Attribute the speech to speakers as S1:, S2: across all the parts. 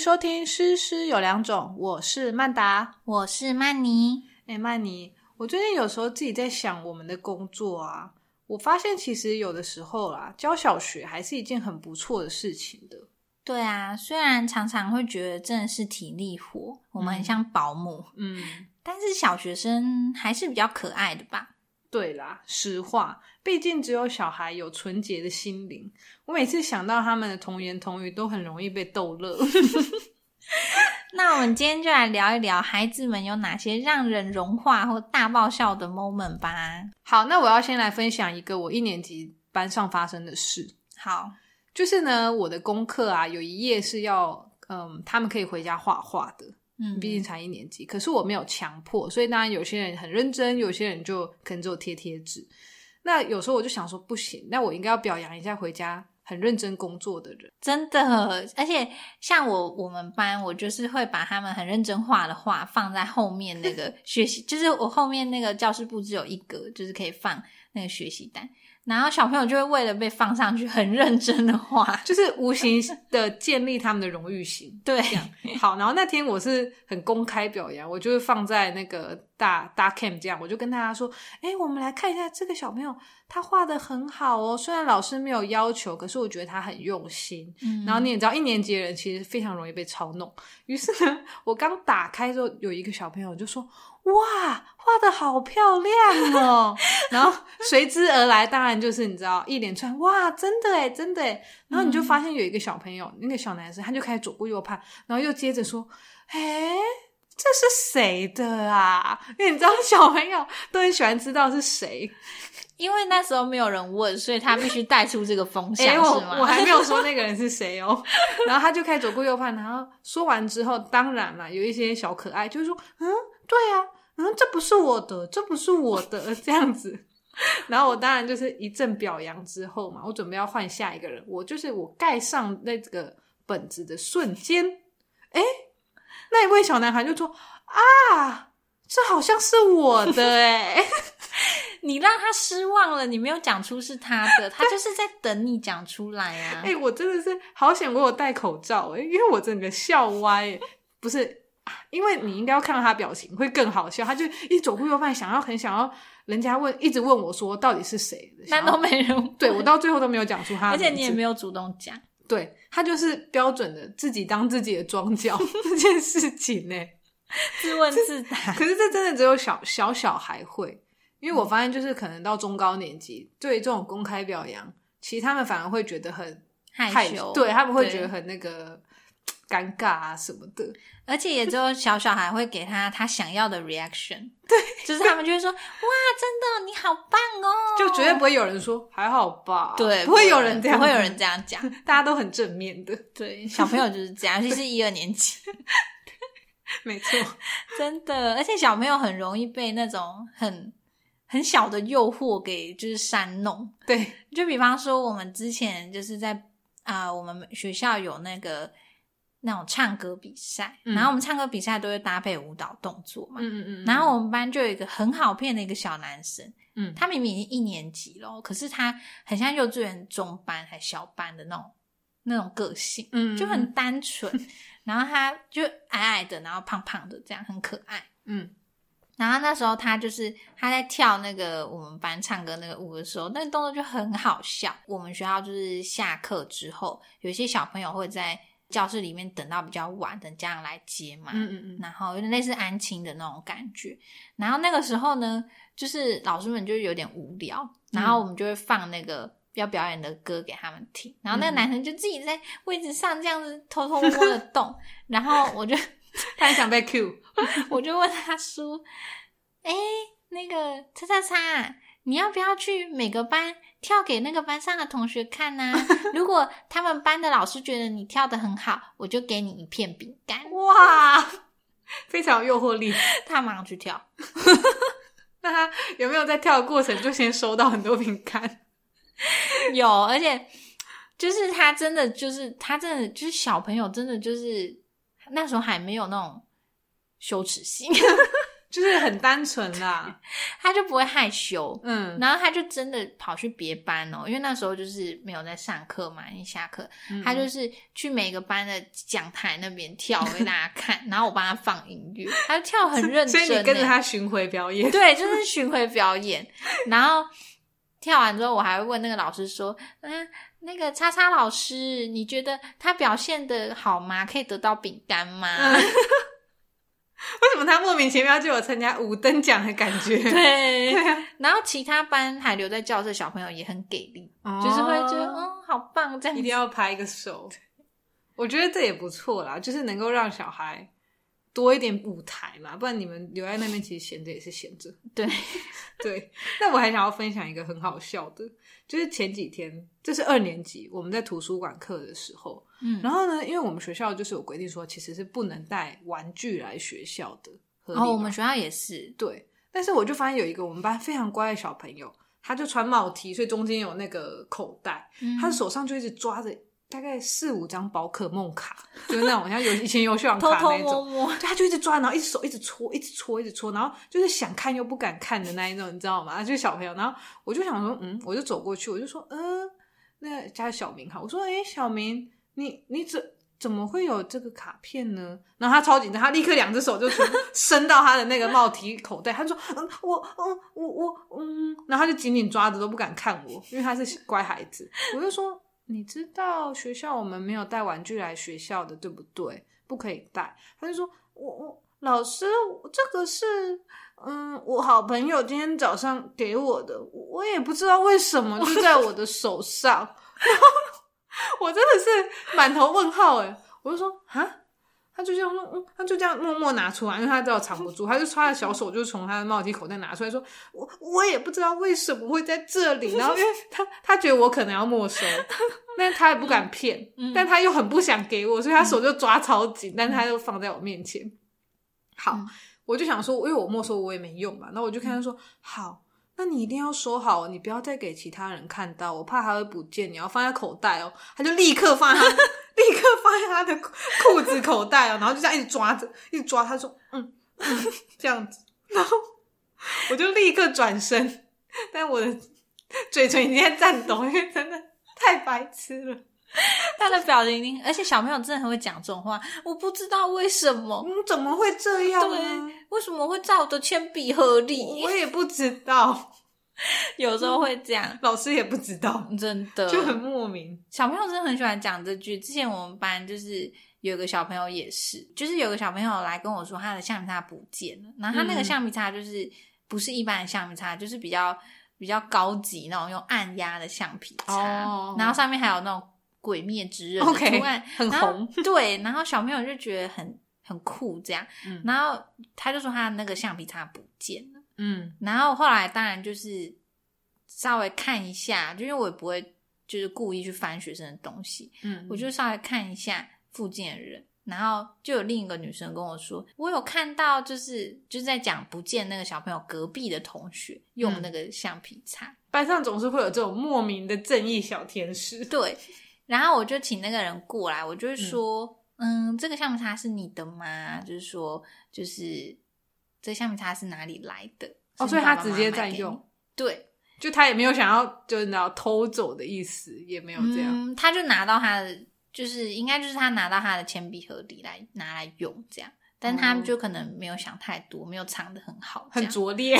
S1: 收听《诗诗有两种》，我是曼达。
S2: 我是曼妮。
S1: 哎，曼妮，我最近有时候自己在想我们的工作啊，我发现其实有的时候啦，教小学还是一件很不错的事情的。
S2: 对啊，虽然常常会觉得真的是体力活，我们很像保姆，
S1: 嗯，
S2: 但是小学生还是比较可爱的吧？
S1: 对啦，实话，毕竟只有小孩有纯洁的心灵。我每次想到他们的童言童语，都很容易被逗乐。
S2: 那我们今天就来聊一聊孩子们有哪些让人融化或大爆笑的 moment 吧。
S1: 好，那我要先来分享一个我一年级班上发生的事。
S2: 好，
S1: 就是呢，我的功课啊，有一页是要，嗯，他们可以回家画画的，
S2: 嗯，
S1: 毕竟才一年级。可是我没有强迫，所以当然有些人很认真，有些人就可能只有贴贴纸。那有时候我就想说，不行，那我应该要表扬一下回家很认真工作的人。
S2: 真的，而且像我我们班，我就是会把他们很认真画的画放在后面 那个学习，就是我后面那个教室布置有一格，就是可以放那个学习单，然后小朋友就会为了被放上去，很认真的画。
S1: 就是无形的建立他们的荣誉心。
S2: 对，
S1: 好，然后那天我是很公开表扬，我就是放在那个大大 cam 这样，我就跟大家说，哎、我们来看一下这个小朋友，他画的很好哦，虽然老师没有要求，可是我觉得他很用心。
S2: 嗯
S1: 然后你也知道，一年级的人其实非常容易被操弄。于是呢，我刚打开之后，有一个小朋友就说：“哇，画的好漂亮哦！”然后随之而来，当然就是你知道一连串“哇，真的哎，真的哎”。然后你就发现有一个小朋友，那个小男生，他就开始左顾右盼，然后又接着说：“哎。”这是谁的啊？因为你知道小朋友都很喜欢知道是谁。
S2: 因为那时候没有人问，所以他必须带出这个风向，
S1: 哎、我
S2: 是吗？
S1: 我还没有说那个人是谁哦。然后他就开始左顾右盼，然后说完之后，当然啦，有一些小可爱就是说，嗯，对啊，嗯，这不是我的，这不是我的，这样子。 然后我当然就是一阵表扬之后嘛，我准备要换下一个人，我就是我盖上那个本子的瞬间，哎，那一位小男孩就说啊，这好像是我的哎、
S2: 你让他失望了，你没有讲出是他的，他就是在等你讲出来啊
S1: 哎、。我真的是好险，我有戴口罩哎、因为我整个笑歪、欸，不是，啊因为你应该要看到他表情会更好笑，他就一左顾右盼，想要很想要人家问，一直问我说到底是谁的，
S2: 那
S1: 想要
S2: 都没人问
S1: 对我，到最后都没有讲出他的
S2: 而
S1: 名字，
S2: 且你也没有主动讲。
S1: 对他就是标准的自己当自己的装脚 这件事情呢、
S2: 自问自答。
S1: 可是这真的只有小小小孩会，因为
S2: 嗯
S1: 我发现就是可能到中高年级，对于这种公开表扬，其实他们反而会觉得很
S2: 害羞，
S1: 对他们会觉得，很那个尴尬啊什么的。
S2: 而且也只有小小孩会给他他想要的 reaction，对， 就是他们就会说哇，真的你好棒哦，
S1: 就绝对不会有人说还好吧，
S2: 对，
S1: 不会有人这样，
S2: 不会有人，这样讲，
S1: 大家都很正面的，
S2: 对，小朋友就是这样，尤其是一二 年级，
S1: 没错，
S2: 真的，而且小朋友很容易被那种很很小的诱惑给就是煽弄，
S1: 对，
S2: 就比方说，我们之前就是在啊、呃我们学校有那个那种唱歌比赛，
S1: 嗯
S2: 然后我们唱歌比赛都会搭配舞蹈动作嘛。
S1: 嗯嗯
S2: 然后我们班就有一个很好骗的一个小男生，
S1: 嗯
S2: 他明明已经一年级了哦，可是他很像幼稚园中班还小班的那种那种个性，
S1: 嗯
S2: 就很 单纯。然后他就矮矮的，然后胖胖的，这样很可爱。
S1: 嗯
S2: 然后那时候他就是他在跳那个我们班唱歌那个舞的时候，那个动作就很好笑。我们学校就是下课之后，有一些小朋友会在教室里面等到比较晚，等家长来接嘛。
S1: 嗯嗯嗯，
S2: 然后有点类似安亲的那种感觉。然后那个时候呢，就是老师们就有点无聊，然后我们就会放那个要表演的歌给他们听。然后那个男生就自己在位置上这样子偷偷摸摸的动，然后我就
S1: 他很想被 Q，
S2: 我就问他说：“哎、那个叉叉叉，你要不要去每个班跳给那个班上的同学看呢、如果他们班的老师觉得你跳的很好，我就给你一片饼干。
S1: 哇， 非常有诱惑力。”
S2: 他马上去跳，
S1: 那他有没有在跳的过程就先收到很多饼干？
S2: 有，而且就是他真的就是他真的就是小朋友，真的就是那时候还没有那种羞耻心，
S1: 就是很单纯啦。
S2: 他就不会害羞。
S1: 嗯，
S2: 然后他就真的跑去别班哦，因为那时候就是没有在上课嘛，一下课
S1: 嗯
S2: 他就是去每个班的讲台那 边跳给大家看，然后我帮他放音乐，他就跳得很认
S1: 所
S2: 真
S1: 以
S2: 欸。
S1: 你跟着他巡回表 演，
S2: 对，就是巡回表演。然后跳完之后，我还会问那个老师说：“嗯，那个叉叉老师，你觉得他表现的好吗？可以得到饼干吗？”
S1: 嗯 为什么他莫名其妙就有参加五等奖的感觉？
S2: 对
S1: 对啊，
S2: 然后其他班还留在教室的小朋友也很给力，就是会觉得
S1: 哦
S2: 嗯好棒这样
S1: 一定
S2: 子。
S1: 要拍一个手。 我觉得这也不错啦，就是能够让小孩多一点舞台嘛，不然你们留在那边其实闲着也是闲着。
S2: 对
S1: 对，那我还想要分享一个很好笑的，就是前几天，这是二年级我们在图书馆课的时候，
S2: 嗯，
S1: 然后呢，因为我们学校就是有规定说，其实是不能带玩具来学校的，合理
S2: 哦然后我
S1: 吧
S2: 们学校也是，
S1: 对，但是我就发现有一个我们班非常乖的小朋友，他就穿帽 T，所以中间有那个口袋，
S2: 嗯
S1: 他手上就一直抓着大概四五张宝可梦卡，就是那种像有以前游戏王卡
S2: 偷
S1: 那一种。
S2: 偷摸 摸，
S1: 对，他就一直抓，然后一直手一直搓，一直搓，一直搓，然后就是想看又不敢看的那一种，你知道吗？就是小朋友，然后我就想说，嗯，我就走过去，我就说，嗯、那加小明哈，我说，哎、小明，你你怎怎么会有这个卡片呢？然后他超紧张，他立刻两只手就全部伸到他的那个帽提口袋，他就说，嗯，我，嗯，我，我，嗯，然后他就紧紧抓着都不敢看我，因为他是乖孩子，我就说。你知道学校我们没有带玩具来学校的，对不对？不可以带。他就说：“我我老师，我这个是嗯，我好朋友今天早上给我的，我我也不知道为什么就在我的手上。” 然后我真的是满头问号哎，我就说啊。他就这样说，嗯，他就这样默默拿出来，因为他知道藏不住，他就抓着小手就从他的帽提口袋拿出来，说：“我我也不知道为什么会在这里。”然后因为他他觉得我可能要没收， 但他也不敢骗，
S2: 嗯
S1: 但他又很不想给我，所以他手就抓超紧，但他又放在我面前。好，
S2: 嗯
S1: 我就想说，因为我没收我也没用嘛，那我就跟他说，好，那你一定要收好，哦你不要再给其他人看到，我怕他会不见，你要放在口袋哦。他就立刻放在 他，立刻放在他的裤裤子口袋哦，然后就这样一直抓着，一直抓，他说，嗯，嗯这样子，然后我就立刻转身，但我的嘴唇已经在颤抖，因为真的太白痴了。
S2: 他的表情一定，而且小朋友真的很会讲这种话，我不知道为什么，
S1: 嗯，怎么会这样呢？
S2: 对，为什么会在我的铅笔盒里
S1: 我？也不知道，
S2: 有时候会这样，
S1: 老师也不知道，
S2: 真的
S1: 就很莫名。
S2: 小朋友真的很喜欢讲这句。之前我们班就是有个小朋友也是，就是有个小朋友来跟我说他的橡皮擦不见了，然后他那个
S1: 嗯
S2: 橡皮擦就是不是一般的橡皮擦，就是比较比较高级那种用按压的橡皮擦，
S1: 哦
S2: 然后上面还有那种鬼灭之刃的
S1: OK，
S2: 图案
S1: 很
S2: 然后
S1: 红，
S2: 对，然后小朋友就觉得很很酷这样，
S1: 嗯
S2: 然后他就说他那个橡皮擦不见了，
S1: 嗯
S2: 然后后来当然就是稍微看一下，就因为我也不会就是故意去翻学生的东西，
S1: 嗯
S2: 我就稍微看一下附近的人。然后就有另一个女生跟我说，我有看到，就是就是在讲不见那个小朋友隔壁的同学用
S1: 嗯
S2: 那个橡皮擦，
S1: 班上总是会有这种莫名的正义小天使。
S2: 对，然后我就请那个人过来，我就会说，嗯这个橡皮擦是你的吗？就是说，就是这橡皮擦是哪里来的？
S1: 哦，
S2: 是
S1: 所
S2: 你
S1: 以他
S2: 爸爸
S1: 直
S2: 妈
S1: 接
S2: 妈买
S1: 占
S2: 给你。
S1: 用，
S2: 对，
S1: 就他也没有想要，就是你知道偷走的意思，也没有这样。
S2: 嗯，他就拿到他的，就是应该就是他拿到他的铅笔盒里来拿来用这样，但他
S1: 哦
S2: 就可能没有想太多，没有藏得很好，
S1: 很
S2: 足，
S1: 拙劣，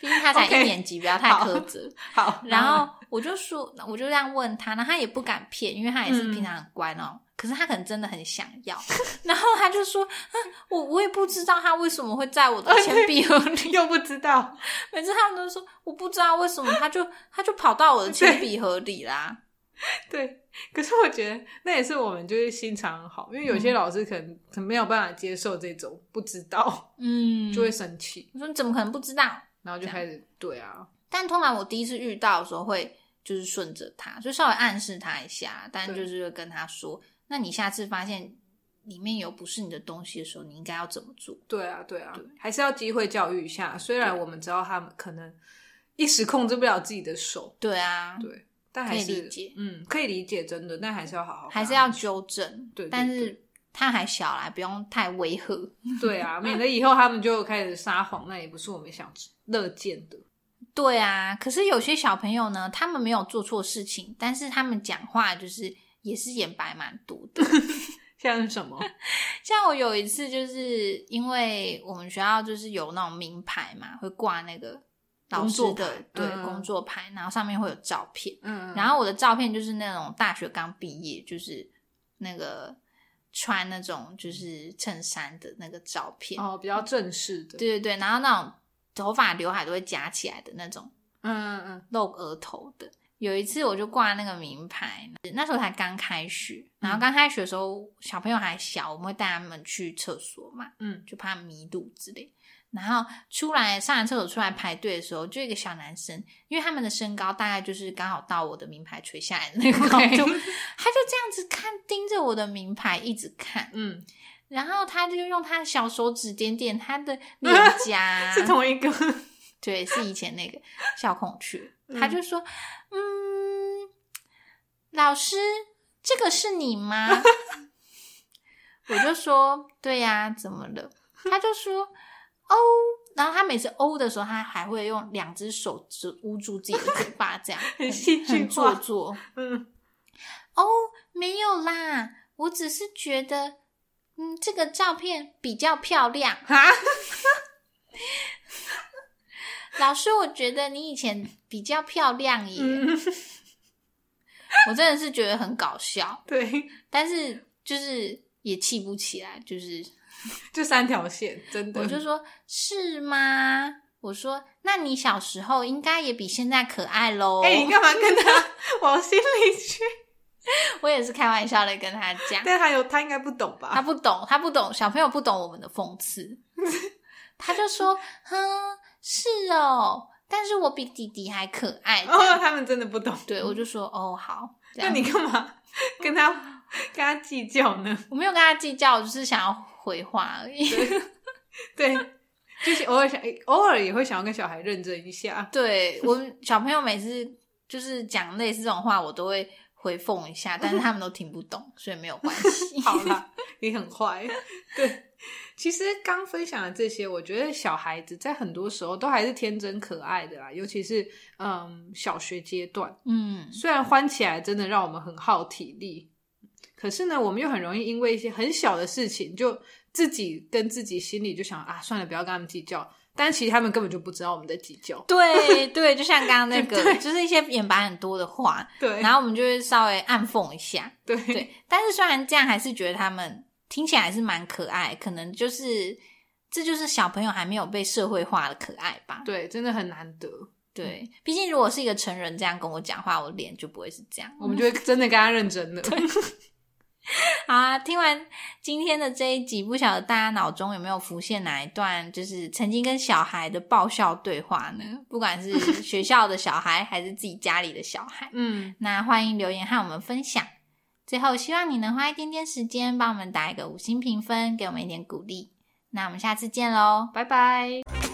S2: 毕竟他才
S1: OK，
S2: 一年级，不要太
S1: 好
S2: 苛责。
S1: 好，
S2: 然后我就说，我就这样问他，那他也不敢骗，因为他也是
S1: 嗯
S2: 平常很乖哦。可是他可能真的很想要，然后他就说：“啊，我我也不知道他为什么会在我的
S1: 啊
S2: 铅笔盒 里。
S1: 又不知道，”
S2: 每次他们都说：“我不知道为什么，他就他就跑到我的铅笔盒里啦。
S1: 对。可是我觉得那也是我们就是心肠好，因为有些
S2: 嗯
S1: 老师可能可能没有办法接受这种不知道”
S2: 嗯，
S1: 就会生气，
S2: 我说：“你怎么可能不知道
S1: 然后就开始对啊，？”
S2: 但通常我第一次遇到的时候会就是顺着他，就稍微暗示他一下，但
S1: 对
S2: 就是会跟他说：“那你下次发现里面有不是你的东西的时候，你应该要怎么做？”
S1: 对啊，对啊
S2: 对，
S1: 还是要机会教育一下。虽然
S2: 对
S1: 我们知道他们可能一时控制不了自己的手，
S2: 对啊，
S1: 对但还是
S2: 可以理解
S1: 嗯，可以理解，真的，但还是要好好跟他们，
S2: 还是要纠正。
S1: 对对
S2: 但是他还小啦，不用太违和。
S1: 对 啊，免得以后他们就开始撒谎，那也不是我们想乐见的。
S2: 对啊，可是有些小朋友呢，他们没有做错事情，但是他们讲话就是也是眼白蛮多的。
S1: 像是什 么？
S2: 像我有一次，就是因为我们学校就是有那种名牌嘛，会挂那个老师
S1: 工作
S2: 的
S1: 牌
S2: 对、
S1: 嗯
S2: 工作牌，然后上面会有照片。
S1: 嗯，
S2: 然后我的照片就是那种大学刚毕业，就是那个穿那种就是衬衫的那个照片。
S1: 哦，比较正式的。，
S2: 对对对，然后那种头发刘海都会夹起来的那种
S1: 嗯嗯嗯，
S2: 露额头的。有一次我就挂那个名牌，那时候才刚开学，然
S1: 嗯
S2: 后刚开学的时候小朋友还小，我们会带他们去厕所嘛，
S1: 嗯，
S2: 就怕迷路之类。然后出来上完厕所出来排队的时候，就有一个小男生，因为他们的身高大概就是刚好到我的名牌垂下来的那个 高
S1: OK
S2: 度，他就这样子看盯着我的名牌一直看，
S1: 嗯，，
S2: 然后他就用他的小手指点点他的脸 颊
S1: 是同一个。
S2: 对，是以前那个小孔雀，
S1: 嗯
S2: 他就说：“嗯，老师，这个是你 吗？”我就说：“对呀、怎么了？”他就说：“哦。”然后他每次“哦”的时候，他还会用两只手指捂住自己的嘴巴，这样
S1: 很戏剧
S2: 很
S1: 化
S2: 做作。
S1: 嗯，
S2: 哦，没有啦，我只是觉得，嗯，这个照片比较漂亮。
S1: 哈，
S2: 老师，我觉得你以前比较漂亮耶，
S1: 嗯，
S2: 我真的是觉得很搞笑，
S1: 对，
S2: 但是就是也气不起来，就是
S1: 就三条线，真的。
S2: 我就说是吗？我说那你小时候应该也比现在可爱喽。
S1: 哎、你干嘛跟他往心里去？
S2: 我也是开玩笑的跟他讲，
S1: 但他有，他应该不懂
S2: 他
S1: 吧？
S2: 不懂，他不懂，小朋友不懂我们的讽 刺，他就说哼是哦，但是我比弟弟还可爱。这
S1: 哦，
S2: 样
S1: 他们真的不懂。
S2: 对，我就说哦好，这
S1: 那
S2: 样
S1: 你干 嘛跟他跟他计较呢？
S2: 我没有跟他计较，我就是想要回话而已。
S1: 对，就是偶尔想，偶尔也会想要跟小孩认真一 下。
S2: 对我小朋友每次就是讲类似这种话，我都会回讽一下，但是他们都听不懂，所以没有关系。
S1: 好啦，你很坏。对，其实刚分享的这些，我觉得小孩子在很多时候都还是天真可爱的啦，尤其是嗯小学阶段，
S2: 嗯，
S1: 虽然欢起来真的让我们很耗体力，可是呢，我们又很容易因为一些很小的事情，就自己跟自己心里就想啊，算了，不要跟他们计较。但其实他们根本就不知道我们在计较。
S2: 对对，就像刚刚那个，
S1: 对
S2: 就是一些眼白很多的话，
S1: 对，
S2: 然后我们就会稍微暗讽一下。
S1: 对
S2: 对，但是虽然这样，还是觉得他们听起来还是蛮可爱，可能就是这就是小朋友还没有被社会化的可爱吧。
S1: 对，真的很难得。
S2: 对，毕竟如果是一个成人这样跟我讲话，我脸就不会是这样。
S1: 我们就会真的跟他认真的。
S2: 好啊，听完今天的这一集，不晓得大家脑中有没有浮现哪一段，就是曾经跟小孩的爆笑对话呢？不管是学校的小孩，还是自己家里的小孩，
S1: 嗯，
S2: 那欢迎留言和我们分享。最后，希望你能花一点点时间帮我们打一个五星评分，给我们一点鼓励。那我们下次见喽，
S1: 拜拜。